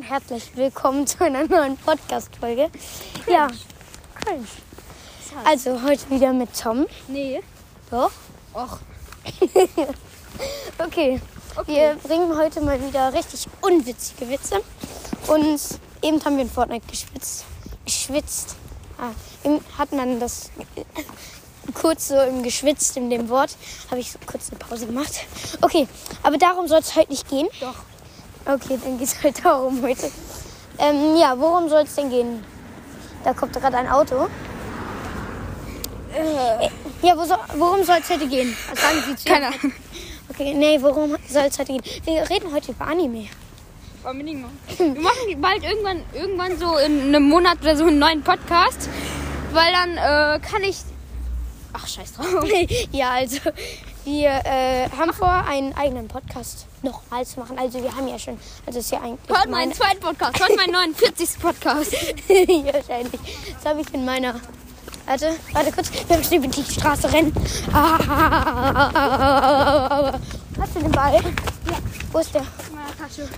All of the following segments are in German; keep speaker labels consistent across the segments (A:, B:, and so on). A: herzlich willkommen zu einer neuen Podcast-Folge. Ja, cringe. Also heute wieder mit Tom.
B: Nee.
A: Doch.
B: Och.
A: Okay. Wir bringen heute mal wieder richtig unwitzige Witze. Und eben haben wir in Fortnite geschwitzt. Geschwitzt. Ah, eben hat man das kurz so im Geschwitzt in dem Wort. Habe ich so kurz eine Pause gemacht. Okay, aber darum soll es heute nicht gehen.
B: Doch.
A: Okay, dann geht es halt darum heute. Ähm, ja, worum soll es denn gehen? Da kommt gerade ein Auto. Äh, Ja, wo so, worum soll es heute gehen? Was sagen Sie zu?
B: Keine Ahnung.
A: Okay, nee, worum soll es heute gehen? Wir reden heute über Anime.
B: Unbedingt mal. Wir machen bald irgendwann, irgendwann so in einem Monat oder so einen neuen Podcast. Weil dann äh, kann ich. Ach, scheiß drauf.
A: ja, also wir äh, haben vor, einen eigenen Podcast nochmal zu machen. Also wir haben ja schon, also es ist ja eigentlich
B: Hört meinen zweiten Podcast. Hört meinen neuen 40. Podcast.
A: meine, wahrscheinlich. Das habe ich in meiner. Warte, warte kurz. Wir müssen über die Straße rennen. Ah, hast du den Ball? Ja. Wo ist der?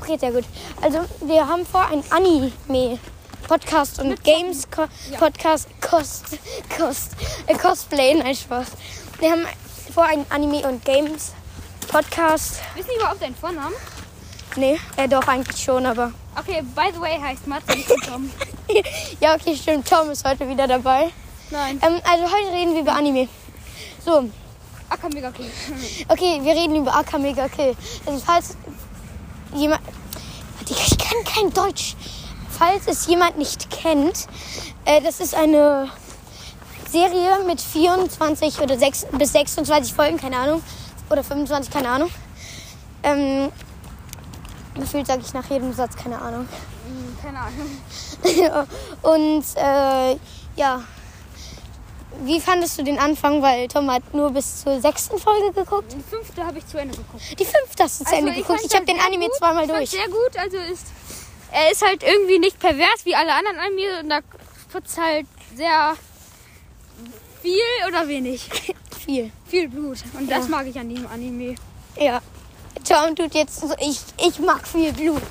A: Okay, sehr gut. Also wir haben vor, ein Anime-Podcast und Games-Podcast Kost, Kost, äh, Cosplay, nein, Spaß. Wir haben vor, einen Anime- und Games-Podcast.
B: Wissen Sie überhaupt deinen Vornamen?
A: Nee, äh, doch, eigentlich schon, aber...
B: Okay, by the way heißt Matze nicht Tom.
A: ja, okay, stimmt, Tom ist heute wieder dabei.
B: Nein.
A: Ähm, also heute reden wir über Anime. So,
B: Ach, Ah, komm, mega cool. Hm,
A: okay, wir reden über AK Mega Kill. Also falls jemand... Warte, ich kann kein Deutsch. Falls es jemand nicht kennt, äh, das ist eine Serie mit 24 oder 6, bis 26 Folgen, keine Ahnung. Oder 25, keine Ahnung. Ähm, gefühlt sage ich nach jedem Satz, keine Ahnung.
B: Hm, Keine Ahnung.
A: Und äh, ja, wie fandest du den Anfang? Weil Tom hat nur bis zur sechsten Folge geguckt.
B: Die fünfte habe ich zu Ende geguckt.
A: Die fünfte hast du zu Ende geguckt.
B: fand's
A: Ich habe
B: halt
A: den
B: sehr
A: Anime
B: gut.
A: zweimal
B: ich fand's
A: durch.
B: sehr gut, also ist er ist halt irgendwie nicht pervers wie alle anderen Anime und da wird's halt sehr viel oder wenig.
A: Viel.
B: Viel Blut und das mag ich an dem Anime.
A: Ja. Tom tut jetzt so, ich, ich mag viel Blut.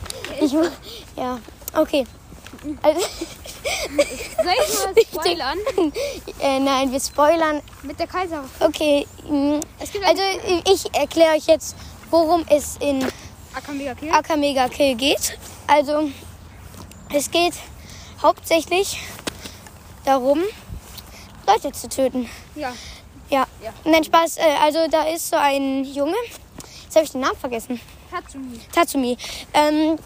A: Ich mag, ja, okay. Also,
B: Soll ich mal spoilern?
A: äh, nein, wir spoilern.
B: Mit der Kaiser.
A: Okay. mm.
B: Es gibt
A: Also
B: also
A: ich erkläre euch jetzt, worum es in
B: Akamega Kill.
A: Acker Mega Kill geht. Also es geht hauptsächlich darum, Leute zu töten.
B: Ja.
A: Ja.
B: Ja.
A: Nein, Spaß. äh, Also da ist so ein Junge. Jetzt habe ich den Namen vergessen.
B: Tatsumi.
A: Tatsumi. Ähm,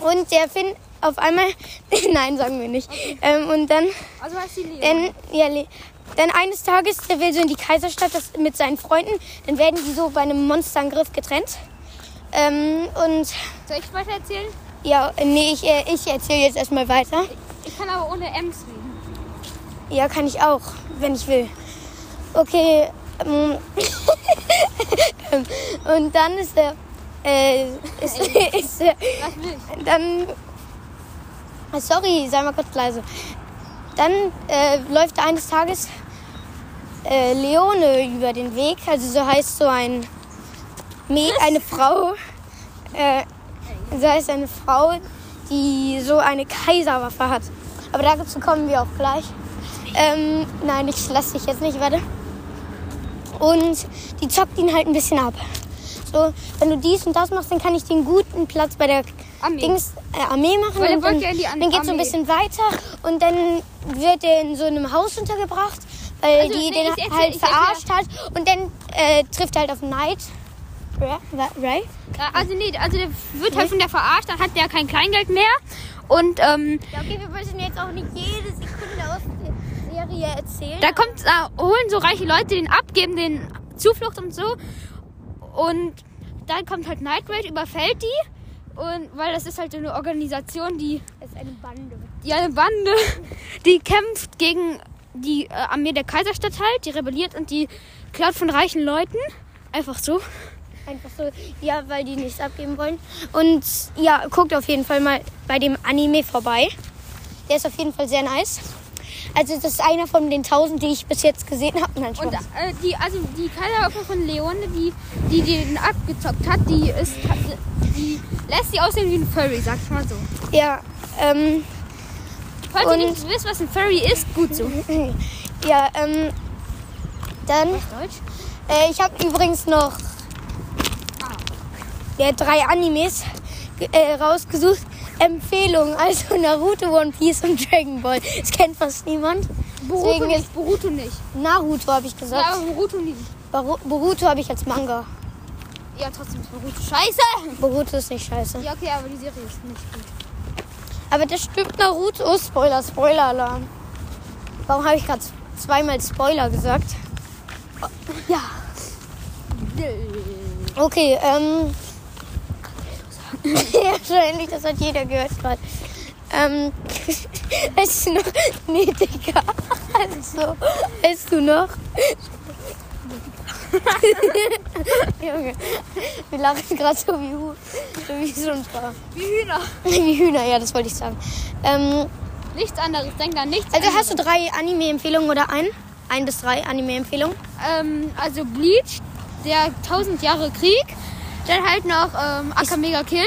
A: und der findet auf einmal. Nein, sagen wir nicht. Ähm, und dann,
B: Also heißt sie Leo.
A: dann, ja, le- dann eines Tages, der will so in die Kaiserstadt das, mit seinen Freunden. Dann werden die so bei einem Monsterangriff getrennt. Ähm, und
B: Soll ich weiter erzählen?
A: Ja, nee, ich, äh, ich erzähle jetzt erstmal weiter.
B: Ich kann aber ohne Ems reden.
A: Ja, kann ich auch, wenn ich will. Okay, ähm, ähm, und dann ist der, äh, ist, ist der,
B: Was will ich?
A: dann, Ah, sorry, sei mal kurz leise. Dann äh, läuft eines Tages äh, Leone über den Weg, also so heißt so ein, Mäd- eine Frau, äh, so heißt eine Frau, die so eine Kaiserwaffe hat. Aber dazu kommen wir auch gleich. Ähm, nein, ich lasse dich jetzt nicht, warte. Und die zockt ihn halt ein bisschen ab. So, wenn du dies und das machst, dann kann ich den guten Platz bei der
B: Armee.
A: Dings, äh, Armee machen.
B: Weil er
A: und dann,
B: wollte ja in die An-
A: dann geht's so ein
B: Armee.
A: bisschen weiter und dann wird er in so einem Haus untergebracht, weil
B: Also,
A: die
B: nee,
A: den
B: ich erzähl-
A: halt
B: ich
A: verarscht hat. Und dann äh, trifft er halt auf Knight. Ra- Ra- Ray?
B: Ja, Also nee, also der wird halt von der verarscht, dann hat der kein Kleingeld mehr. Und ähm,
A: Ja, okay, wir müssen jetzt auch nicht jede Sekunde aus der Serie erzählen.
B: Da kommt, da holen so reiche Leute den ab, geben den Zuflucht und so. Und dann kommt halt Nightwave, überfällt die. Und weil das ist halt so eine Organisation, die,
A: Es ist eine Bande.
B: die eine Bande, die kämpft gegen die äh, Armee der Kaiserstadt halt, die rebelliert und die klaut von reichen Leuten. Einfach so.
A: Einfach so, ja, weil die nichts abgeben wollen. Und ja, guckt auf jeden Fall mal bei dem Anime vorbei. Der ist auf jeden Fall sehr nice. Also das ist einer von den tausend, die ich bis jetzt gesehen habe. Nein,
B: Und
A: Spaß.
B: äh, die, also die Kleiderwaffe von Leone, die, die den abgezockt hat, die ist, die lässt sie aussehen wie ein Furry, sag ich mal so.
A: Ja, ähm,
B: Falls
A: Und-
B: ihr nicht wisst, was ein Furry ist, gut so.
A: ja, ähm, dann,
B: Deutsch?
A: äh, ich habe übrigens noch ja, drei Animes ge- äh, rausgesucht. Empfehlungen, also Naruto, One Piece und Dragon Ball. Das kennt fast niemand.
B: Boruto
A: Deswegen ist
B: nicht, Boruto nicht.
A: Naruto, habe ich
B: Ja,
A: gesagt.
B: aber Boruto nicht.
A: Baru- Boruto habe ich als Manga.
B: Ja, trotzdem ist Boruto scheiße.
A: Boruto ist nicht scheiße.
B: Ja, okay, aber die Serie ist nicht gut.
A: Aber das stimmt Naruto. Oh, Spoiler, Spoiler-Alarm. Warum habe ich gerade zweimal Spoiler gesagt? Oh, Ja. Okay, ähm. ja, wahrscheinlich, das hat jeder gehört gerade. Ähm, weißt du noch? Nee, Digga. Also, weißt du noch? Junge, wir lachen gerade so wie, Hu- so wie so ein paar.
B: Wie Hühner.
A: Wie Hühner, ja, das wollte ich sagen. Ähm,
B: Nichts anderes, denk an nichts
A: also
B: anderes.
A: hast du drei Anime-Empfehlungen oder ein? Ein bis drei Anime-Empfehlungen?
B: ähm, also Bleach, der 1000 Jahre Krieg, dann halt noch ähm, Akamega Kill.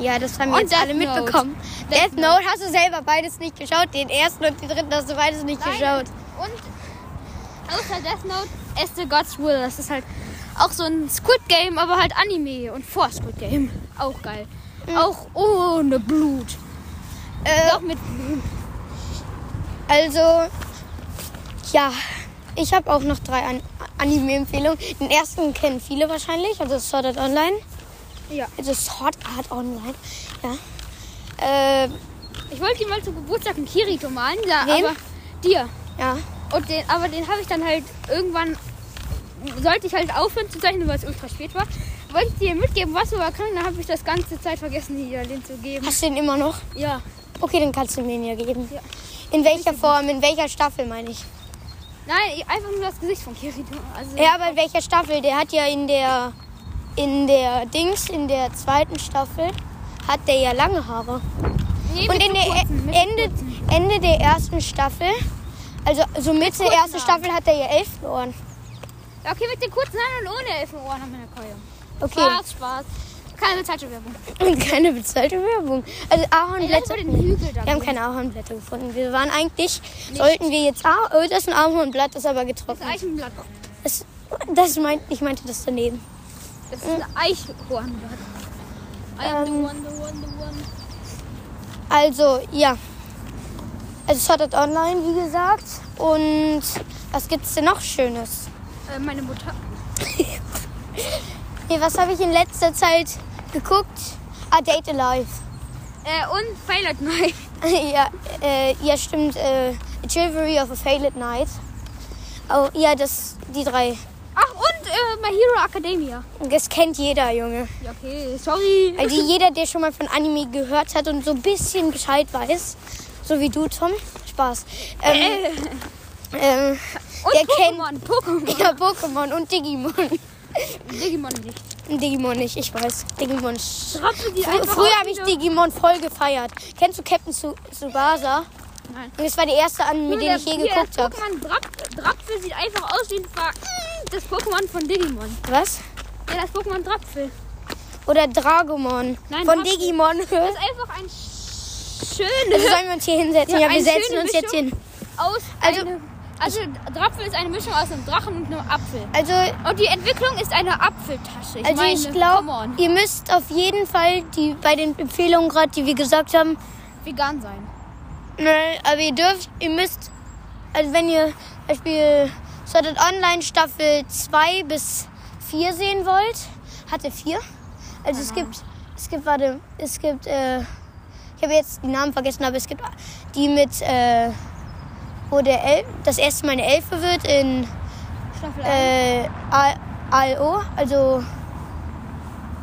A: Ja, das haben
B: Und
A: wir jetzt
B: Death
A: alle
B: Note.
A: mitbekommen.
B: Death
A: Death Note hast du selber beides nicht geschaut. Den ersten und den dritten hast du beides nicht geschaut.
B: Und außer Death Note, As the God's Will. Das ist halt auch so ein Squid Game, aber halt Anime und vor Squid Game. Auch geil. Auch ohne Blut.
A: Äh,
B: Auch mit Blut.
A: also, ja, ich habe auch noch drei An Anime-Empfehlungen. Den ersten kennen viele wahrscheinlich, also Sword Art Online.
B: Ja.
A: Also Sword Art Online, ja. Äh,
B: Ich wollte ihm mal zu Geburtstag einen Kirito malen, ja,
A: Wem?
B: aber dir.
A: ja.
B: Und den, aber den habe ich dann halt irgendwann, sollte ich halt aufhören zu zeichnen, weil es ultra spät war. Wollte ich dir mitgeben, was aber kann, dann habe ich das ganze Zeit vergessen, dir den zu geben.
A: Hast du den immer noch?
B: Ja,
A: Okay, dann kannst du mir ihn ja geben.
B: Ja.
A: In welcher Form, in welcher Staffel meine ich?
B: nein, einfach nur das Gesicht von Kirito. Also,
A: Ja, aber in welcher Staffel? Der hat ja in der, in der Dings, in der zweiten Staffel, hat der ja lange Haare.
B: nee, mit
A: Und in
B: zu
A: der
B: kurzen, mit
A: E-
B: zu
A: Ende,
B: kurzen.
A: Ende der ersten Staffel, also so Mitte der ersten
B: Haaren.
A: Staffel, hat er ja elf Ohren.
B: Ja, Okay, mit den kurzen Haaren und ohne Elfenohren haben wir eine Keule.
A: Okay,
B: Spaß, Spaß. Keine Zeitungswerbung.
A: keine bezahlte Werbung. Also
B: Lass
A: Ahornblätter.
B: über den Hügel da.
A: Wir haben
B: gehen.
A: keine Ahornblätter gefunden. Wir waren eigentlich, sollten wir jetzt, ah, oh, das ist ein Ahornblatt, das ist aber
B: Das
A: getrocknet.
B: Eichenblatt.
A: Das, das meint, ich meinte das daneben.
B: Das
A: Hm.
B: ist ein Eichhornblatt. I
A: Ähm.
B: am the one, the one, the one.
A: Also, ja. Also Sword Art Online, wie gesagt. Und was gibt's denn noch Schönes?
B: Äh, meine Mutter.
A: Nee, was habe ich in letzter Zeit geguckt? Ah, Date Alive.
B: Äh, und Failed Night.
A: ja, äh, ja, stimmt. Äh, Chivalry of a Failed Night. Oh, ja, das, die drei.
B: Ach, und äh, My Hero Academia.
A: Das kennt jeder, Junge.
B: Ja, okay, sorry.
A: Also jeder, der schon mal von Anime gehört hat und so ein bisschen Bescheid weiß, so wie du, Tom. Spaß. Ähm,
B: Äh,
A: ähm,
B: und
A: der kennt
B: Pokémon, Pokémon.
A: ja Pokémon und Digimon.
B: Digimon nicht.
A: Digimon nicht, ich weiß. Digimon. sch-
B: Tropfen die
A: Fr
B: einfach
A: früher
B: auf
A: habe ich
B: diese-
A: Digimon voll gefeiert. Kennst du Captain Su Subasa?
B: Nein.
A: Und das war der erste Anime,
B: Nur
A: den ich je
B: der-
A: geguckt
B: der
A: habe.
B: Pokémon Drap- Drapfel sieht einfach aus wie ein Ver das Pokémon von Digimon.
A: Was?
B: Ja, das Pokémon Drapfel.
A: Oder Dragomon.
B: Nein,
A: Von
B: Drag-
A: Digimon.
B: Das ist einfach ein schönes
A: Also sollen wir uns hier hinsetzen?
B: Ja,
A: Ja, wir
B: eine
A: setzen
B: schöne
A: uns jetzt hin.
B: Mischung. aus.
A: Also-
B: eine, also Drapfel ist eine Mischung aus einem Drachen und einem Apfel.
A: Also,
B: Und die Entwicklung ist eine Apfeltasche. Ich
A: also
B: meine,
A: ich
B: come
A: glaube,
B: on.
A: ihr müsst auf jeden Fall die bei den Empfehlungen gerade, die wir gesagt haben,
B: vegan sein.
A: Nein, aber ihr dürft, ihr müsst, also wenn ihr zum Beispiel Sword Art Online Staffel 2 bis 4 sehen wollt, hatte 4. Also es gibt, es gibt, warte, es gibt, äh, ich habe jetzt die Namen vergessen, aber es gibt die mit, äh, wo der El das erste Mal eine Elfe wird in
B: Staffel eins.
A: äh, A- ALO, also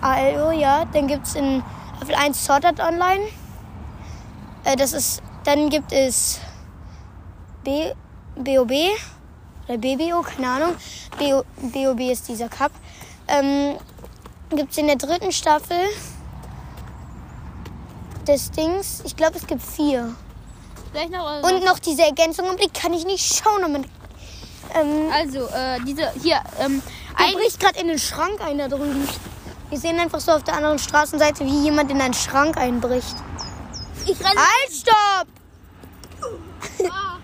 A: ALO, ja. Dann gibt es in Staffel 1 Sword Art Online. Äh, das ist, dann gibt es B, BOB oder BBO, keine Ahnung. BO, BOB ist dieser Cup. Ähm, gibt es in der dritten Staffel des Dings, ich glaube, es gibt vier.
B: Vielleicht noch eure
A: Äh, Und noch diese Ergänzung im Blick kann ich nicht schauen. Aber, ähm,
B: Also, äh, diese hier, ähm,
A: da
B: ein,
A: bricht gerade in den Schrank ein da drüben. Wir sehen einfach so auf der anderen Straßenseite, wie jemand in einen Schrank einbricht.
B: ich renne.
A: Halt, stopp!
B: Ah,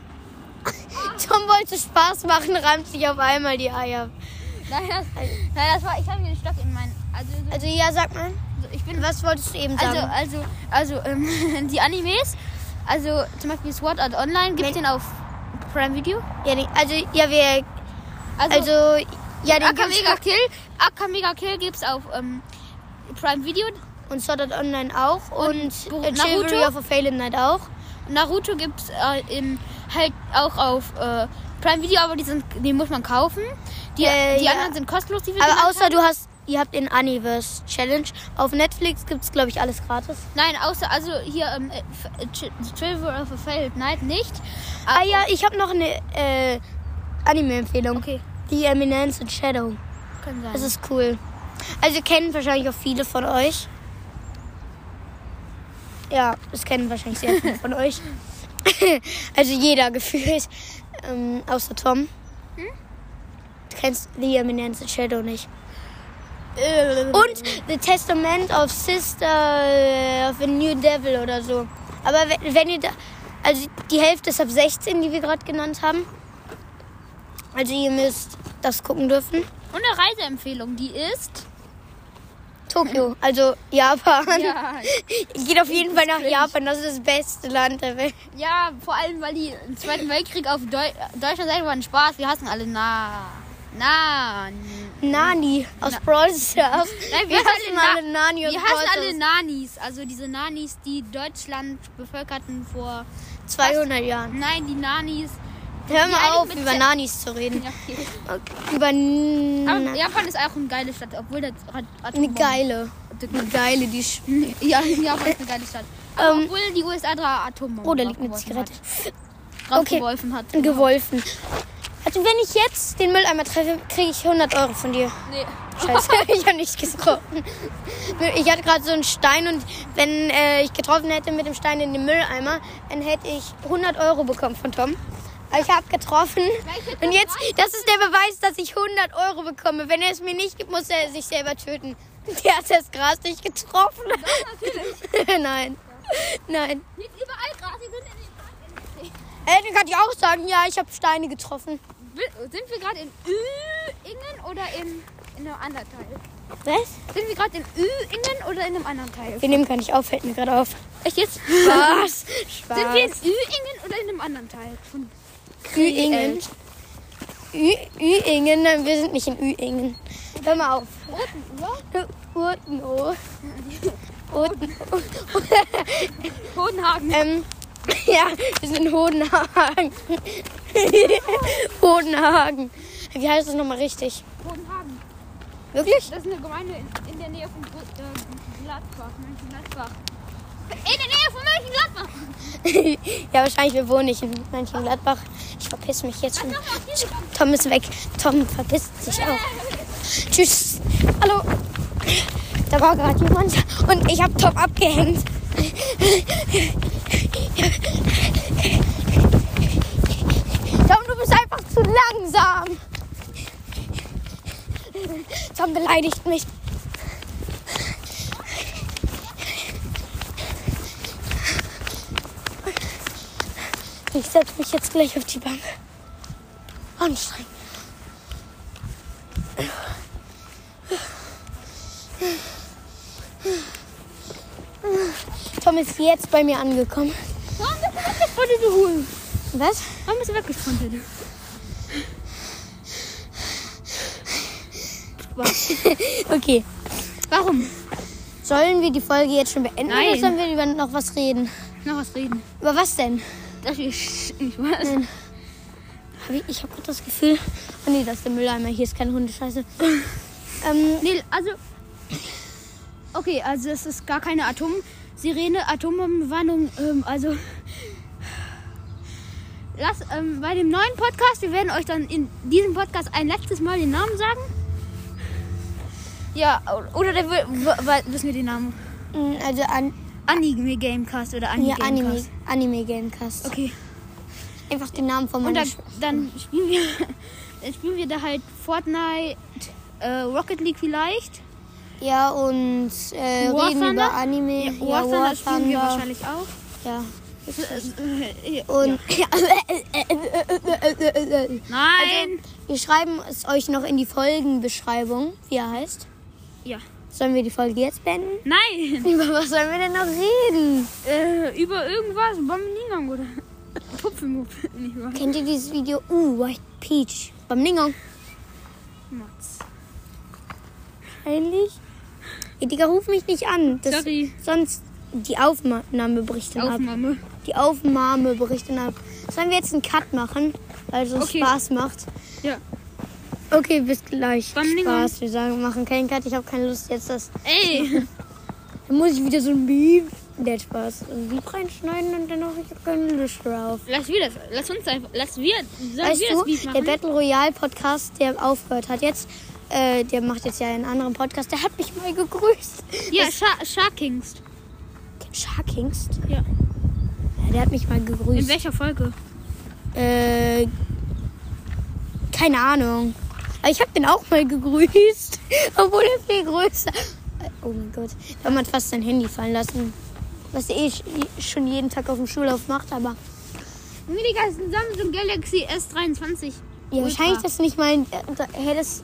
A: Tom wollte Spaß machen, reimt sich auf einmal die Eier.
B: nein, das, nein, das war, ich habe mir den Stock in meinen. Also, so,
A: Also ja, sag mal.
B: so, ich bin.
A: Was wolltest du eben sagen?
B: Also, also, also, ähm, die Animes, also zum Beispiel Sword Art Online, gibt's
A: Wenn-
B: den auf Prime Video?
A: ja, nee, also ja, wir, also ja, den
B: Akka
A: gibt's
B: Mega Kill, Akka Mega Kill gibt's auf ähm, Prime Video,
A: und Sword Art Online auch und,
B: Bu-
A: äh, Chivalry
B: Naruto?
A: of a Fallen Knight auch.
B: Naruto gibt's äh, im, halt auch auf äh, Prime Video, aber die sind, die muss man kaufen. Die,
A: Äh,
B: die
A: ja.
B: anderen sind kostenlos, die wir genannt
A: Aber außer
B: haben.
A: du hast, ihr habt den Aniverse Challenge auf Netflix gibt's glaube ich alles gratis.
B: Nein, außer also hier ähm, äh, F- äh, Ch- Trevor of a Failed Knight nicht.
A: Ah,
B: Ah,
A: ja, ich habe noch eine äh, Anime-Empfehlung.
B: Okay.
A: The Eminence and Shadow.
B: kann sein.
A: Das ist cool. Also kennen wahrscheinlich auch viele von euch. Ja, das kennen wahrscheinlich sehr viele von euch. also jeder gefühlt. Ähm, außer Tom. Du kennst The Eminence and Shadow nicht. Und The Testament of Sister of a New Devil oder so. Aber we- wenn ihr da. Also die Hälfte ist ab 16, die wir gerade genannt haben. Also ihr müsst das gucken dürfen.
B: Und eine Reiseempfehlung, die ist.
A: Tokio, also Japan.
B: Ja,
A: Ich gehe auf jeden Fall nach
B: cringe.
A: Japan, das ist das beste Land der Welt.
B: ja, vor allem, weil die im Zweiten Weltkrieg auf Deu deutscher Seite waren Spaß. Wir hassen alle na. Na. n-
A: Nani aus Brawl Stars.
B: Nein,
A: Wir hassen
B: Na-
A: alle Nani aus
B: Wir
A: Brawl
B: hassen alle
A: Stars.
B: Nanis. Also diese Nanis, die Deutschland bevölkerten vor.
A: 200 Jahren.
B: Nein, die Nanis.
A: Hör
B: Die eigentlich
A: mal auf,
B: mit
A: über
B: Ze-
A: Nanis zu reden.
B: Ja, okay.
A: Über N-
B: Aber Japan ist auch eine geile Stadt, obwohl das Rad-
A: eine
B: Atombomben-
A: geile. Eine geile, die sch
B: Ja, Japan ist eine geile Stadt. Aber
A: Ähm,
B: obwohl die USA drei Atombomben
A: Oh, da liegt eine Zigarette.
B: draufgeworfen Hat,
A: Okay.
B: draufgeworfen hat.
A: Gewolfen. Also wenn ich jetzt den Mülleimer treffe, kriege ich 100 Euro von dir.
B: Nee.
A: Scheiße, ich habe nicht getroffen. Ich hatte gerade so einen Stein und wenn äh, ich getroffen hätte mit dem Stein in den Mülleimer, dann hätte ich 100 Euro bekommen von Tom. Aber ich habe getroffen und jetzt, das ist der Beweis, dass ich 100 Euro bekomme. Wenn er es mir nicht gibt, muss er sich selber töten. Der hat das Gras nicht getroffen. Nein, nein.
B: Hier ist überall Gras, die sind in den
A: Äh, dann kann ich auch sagen, ja, ich habe Steine getroffen.
B: Will- Sind wir gerade in Üingen oder in, in einem anderen Teil?
A: Was?
B: Sind wir gerade in Üingen oder in einem anderen Teil?
A: Wir nehmen gar nicht auf, fällt mir gerade auf.
B: Echt jetzt?
A: Was? Spaß.
B: Sind wir in Üingen oder in einem anderen Teil? Von
A: Üingen. Ü Üingen, nein, wir sind nicht in Üingen. Hör mal auf.
B: Oten, oder?
A: Urtenow. Urtenow.
B: Bodenhagen.
A: Ähm, ja, wir sind in Hodenhagen. Hodenhagen. Wie heißt das nochmal richtig?
B: Bodenhagen.
A: Wirklich?
B: Das ist eine Gemeinde in, in der Nähe von Gr- äh, Gladbach, Mönchengladbach. In der Nähe von Mönchengladbach.
A: ja, wahrscheinlich, wir wohnen nicht in Mönchengladbach. Ich verpiss mich jetzt schon.
B: Doch, auf diese Bahn.
A: Tom ist weg. Tom verpisst sich auch. Tschüss. Hallo. Da war gerade jemand und ich habe Tom abgehängt. Tom, du bist einfach zu langsam. Tom beleidigt mich. Ich setze mich jetzt gleich auf die Bank. Anstrengend. Tom ist jetzt bei mir angekommen.
B: Warum bist du wirklich von dir holen?
A: Was?
B: Warum bist du wirklich von dir?
A: Okay.
B: Warum?
A: Sollen wir die Folge jetzt schon beenden
B: Nein.
A: oder sollen wir über noch was reden?
B: Noch was reden.
A: Über was denn?
B: Das ist ich weiß.
A: Hab ich ich habe gerade das Gefühl. Oh nee, das ist der Mülleimer. Hier ist keine Hundescheiße. ähm,
B: Nee, also Okay, also es ist gar keine Atomsirene, Atombombenwarnung, ähm, also Lass, ähm, bei dem neuen Podcast, wir werden euch dann in diesem Podcast ein letztes Mal den Namen sagen. Ja, oder der, will- w- w- wissen wir den Namen?
A: mh, also an
B: Anime Gamecast oder Anime
A: Ja, Anime,
B: Gamecast.
A: Anime Gamecast.
B: Okay.
A: Einfach den Namen von
B: Und
A: meiner
B: dann, dann spielen wir dann spielen wir da halt Fortnite, äh, Rocket League vielleicht.
A: Sch- Ja, und äh,
B: War
A: reden
B: Thunder?
A: über Anime.
B: Ja, War Thunder spielen wir wahrscheinlich auch.
A: Ja.
B: Äh, äh,
A: Und Also,
B: Nein!
A: wir schreiben es euch noch in die Folgenbeschreibung, wie er heißt. also
B: ja.
A: Sollen wir die Folge jetzt beenden?
B: Nein!
A: Über was sollen wir denn noch reden?
B: Äh, über irgendwas. Bombeningang oder Pupfelmuff. Nicht wahr?
A: Kennt ihr dieses Video? Uh, White Peach. Beim Ningong.
B: Mats.
A: Eigentlich? Ey, Digga, ruf mich nicht an. Das,
B: Sorry.
A: Sonst die Aufnahme bricht dann ab.
B: Aufnahme.
A: Die Aufnahme bricht dann ab. Sollen wir jetzt einen Cut machen? Weil es uns
B: Okay.
A: Spaß macht.
B: Ja.
A: Okay, bis gleich.
B: Beim Ningong.
A: Spaß. Wir sagen, machen keinen Cut. Ich habe keine Lust jetzt, das
B: Ey!
A: Dann muss ich wieder so ein Beep. Der hat Spaß. Ein Beep reinschneiden und dann habe ich auch keine Lust drauf.
B: lass wir das. Lass uns einfach. Lass wir. Sollen
A: Weißt
B: wir
A: du,
B: das Beat
A: der
B: machen?
A: Battle Royale Podcast, der aufgehört hat jetzt, äh, der macht jetzt ja einen anderen Podcast, der hat mich mal gegrüßt.
B: ja, Shark Sharkings.
A: Shark Hingst?
B: Ja.
A: Ja, der hat mich mal
B: In
A: gegrüßt.
B: welcher Folge?
A: Äh, keine Ahnung. Aber ich habe den auch mal gegrüßt, obwohl er viel größer. Äh, Oh mein Gott, da hat man fast sein Handy fallen lassen. Was er eh sch- schon jeden Tag auf dem Schulhof macht, aber
B: Mir die ganzen Samsung Galaxy S23.
A: Ja,
B: Ultra.
A: wahrscheinlich das nicht mein. Hey, das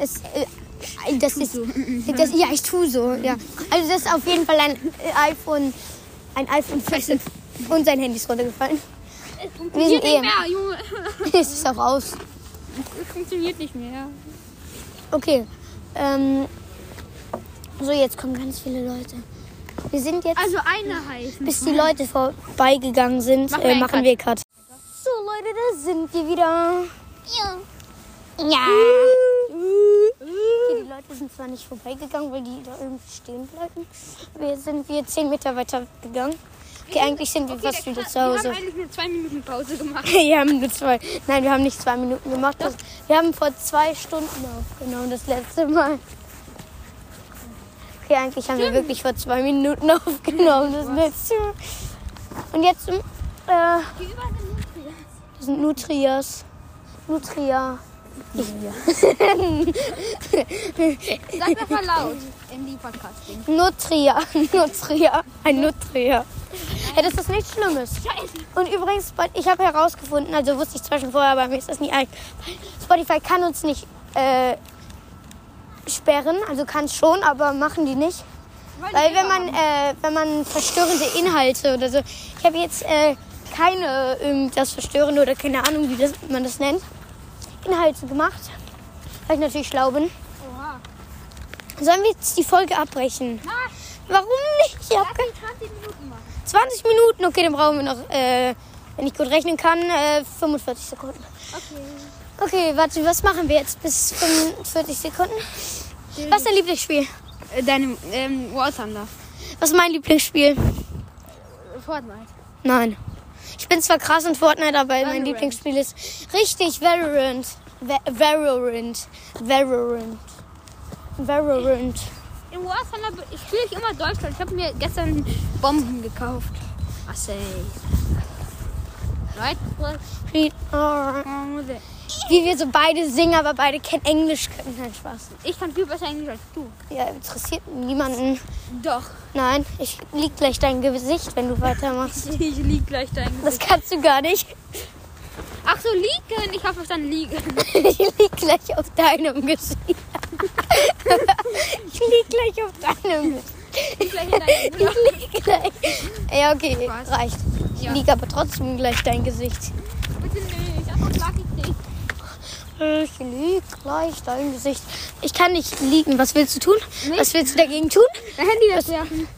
A: ist. Äh, das ist.
B: Mhm,
A: Das, ja, ich tue so. Ja. Also das ist auf jeden Fall ein äh, iPhone, ein iPhone 14 und sein Handy ist runtergefallen.
B: Es funktioniert
A: eh-
B: Äh, nicht mehr, Junge.
A: es ist auch aus.
B: Es funktioniert nicht mehr.
A: Okay. Ähm, so, jetzt kommen ganz viele Leute. Wir sind jetzt,
B: Also eine heißt.
A: bis die Leute vorbeigegangen sind,
B: Machen
A: äh,
B: wir einen
A: machen
B: Cut.
A: wir Cut. So Leute, da sind wir wieder.
B: Ja.
A: Ja. Okay, die Leute sind zwar nicht vorbeigegangen, weil die da irgendwie stehen bleiben. Aber jetzt sind wir 10 Meter weiter gegangen. Okay, eigentlich sind wir fast wieder zu
B: Wir
A: Hause.
B: haben eigentlich eine 2 Minuten Pause gemacht.
A: Wir haben nur zwei. Nein, wir haben nicht zwei Minuten gemacht. Das, wir haben vor zwei Stunden aufgenommen, das letzte Mal. Okay, eigentlich haben wir wirklich vor zwei Minuten aufgenommen, das letzte Mal. Und jetzt ähm, äh,
B: Die überall sind Nutrias.
A: das sind Nutrias. Nutria.
B: Sag das mal laut in die Podcasting.
A: Nutria, Nutria, ein Nutria. Ja, das ist nichts Schlimmes.
B: Scheiße.
A: Und übrigens, Spot- ich habe herausgefunden, also wusste ich zwar schon vorher, aber mir ist das nie eingefallen. Spotify kann uns nicht äh, sperren, also kann schon, aber machen die nicht. Weil wenn man, äh, wenn man verstörende Inhalte oder so, ich habe jetzt äh, keine ähm, das Verstörende oder keine Ahnung, wie das, man das nennt, Inhalte gemacht, weil ich natürlich schlau bin.
B: Oha.
A: Sollen wir jetzt die Folge abbrechen?
B: Mach.
A: Warum nicht? Ich hab
B: Lass die 20 Minuten machen.
A: 20 Minuten, okay, dann brauchen wir noch, äh, wenn ich gut rechnen kann, äh, 45 Sekunden.
B: Okay.
A: Okay, warte, was machen wir jetzt bis 45 Sekunden? Was ist dein Lieblingsspiel?
B: Deine ähm, War Thunder.
A: Was ist mein Lieblingsspiel?
B: Äh, Fortnite.
A: Nein. Ich bin zwar krass in Fortnite, aber mein
B: Valorant.
A: Lieblingsspiel ist richtig Valorant. Va- Valorant. Valorant. Valorant.
B: In War Thunder spiele ich immer Deutschland. Ich habe mir gestern Bomben gekauft. Was ey. Right?
A: Spiel- oh. Wie wir so beide singen, aber beide kein Englisch können. Nein, Spaß.
B: Ich kann viel besser Englisch als du.
A: Ja, interessiert niemanden.
B: Doch.
A: Nein, ich lieg gleich dein Gesicht, wenn du weitermachst.
B: Ich lieg gleich dein
A: Das kannst du gar nicht.
B: Ach so, liegen. Ich habe verstanden, liegen.
A: Ich lieg gleich auf deinem Gesicht. Ich lieg gleich auf deinem Gesicht.
B: Ich gleich in deinem
A: Ich lieg gleich. Ja, okay,
B: Was?
A: reicht. Ich
B: Ja.
A: lieg aber trotzdem gleich dein Gesicht.
B: Bitte nicht. Davon mag ich nicht.
A: Ich lieg gleich dein Gesicht. Ich kann nicht liegen. Was willst du tun?
B: Nicht?
A: Was willst du dagegen tun?
B: Dein Handy wegwerfen.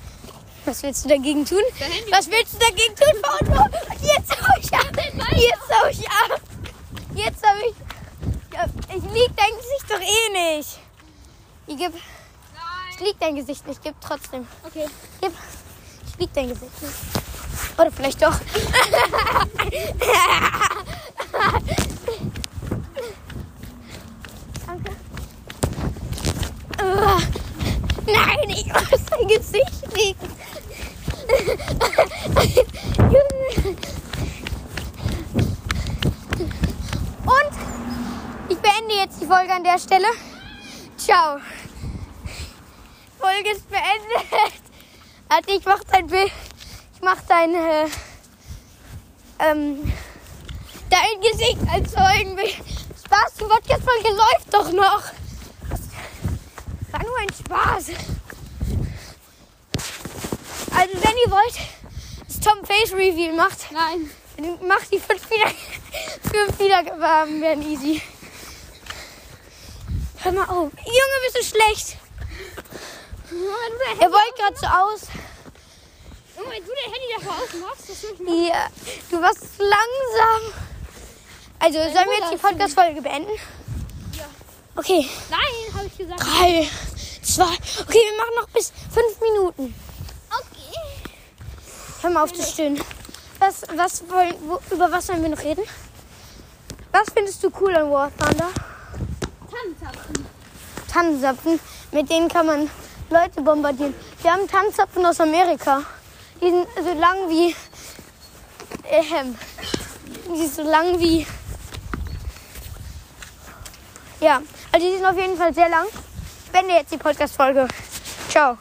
A: Was willst du dagegen tun?
B: Dein Handy.
A: Was willst du dagegen tun, Paolo? Jetzt hau ich ab! Jetzt hau ich ab! Jetzt hab ich. Ja, Ich lieg dein Gesicht doch eh nicht. Ich, geb, ich
B: Nein.
A: lieg dein Gesicht nicht, gib trotzdem.
B: Okay.
A: Gib. Ich lieg dein Gesicht nicht. Oder vielleicht doch. Danke. Uah. Nein, ich muss dein Gesicht liegen. Und ich beende jetzt die Folge an der Stelle. Ciao. Folge ist beendet. Also ich mach dein Bild. Ich mach dein äh, ähm, dein Gesicht als Folgenbild. Spaß, die Podcast-Folge läuft doch noch. War nur ein Spaß. Also wenn ihr wollt, dass Tom Face Reveal macht,
B: Nein.
A: dann macht die fünf wieder fünf Wiedergaben werden easy. Hör mal auf. Junge, bist du schlecht.
B: Moment, wenn du
A: Er wollte gerade so aus.
B: dein- Moment, du dein Oh, Handy davor ausmachst, das will ich
A: Ja, du warst zu langsam. Also sollen wir jetzt die Podcast-Folge beenden?
B: Ja.
A: Okay.
B: Nein, habe ich gesagt.
A: Drei, zwei. Okay, wir machen noch bis fünf Minuten.
B: Okay.
A: Hör mal auf zu stöhnen. Was, was wollen, wo, über was sollen wir noch reden? Was findest du cool an War Thunder?
B: Tannenzapfen.
A: Tannenzapfen. Mit denen kann man Leute bombardieren. Wir haben Tannenzapfen aus Amerika. Die sind so lang wie. Ähm, die sind so lang wie. Ja, also die sind auf jeden Fall sehr lang. Ich beende jetzt die Podcast-Folge. Ciao.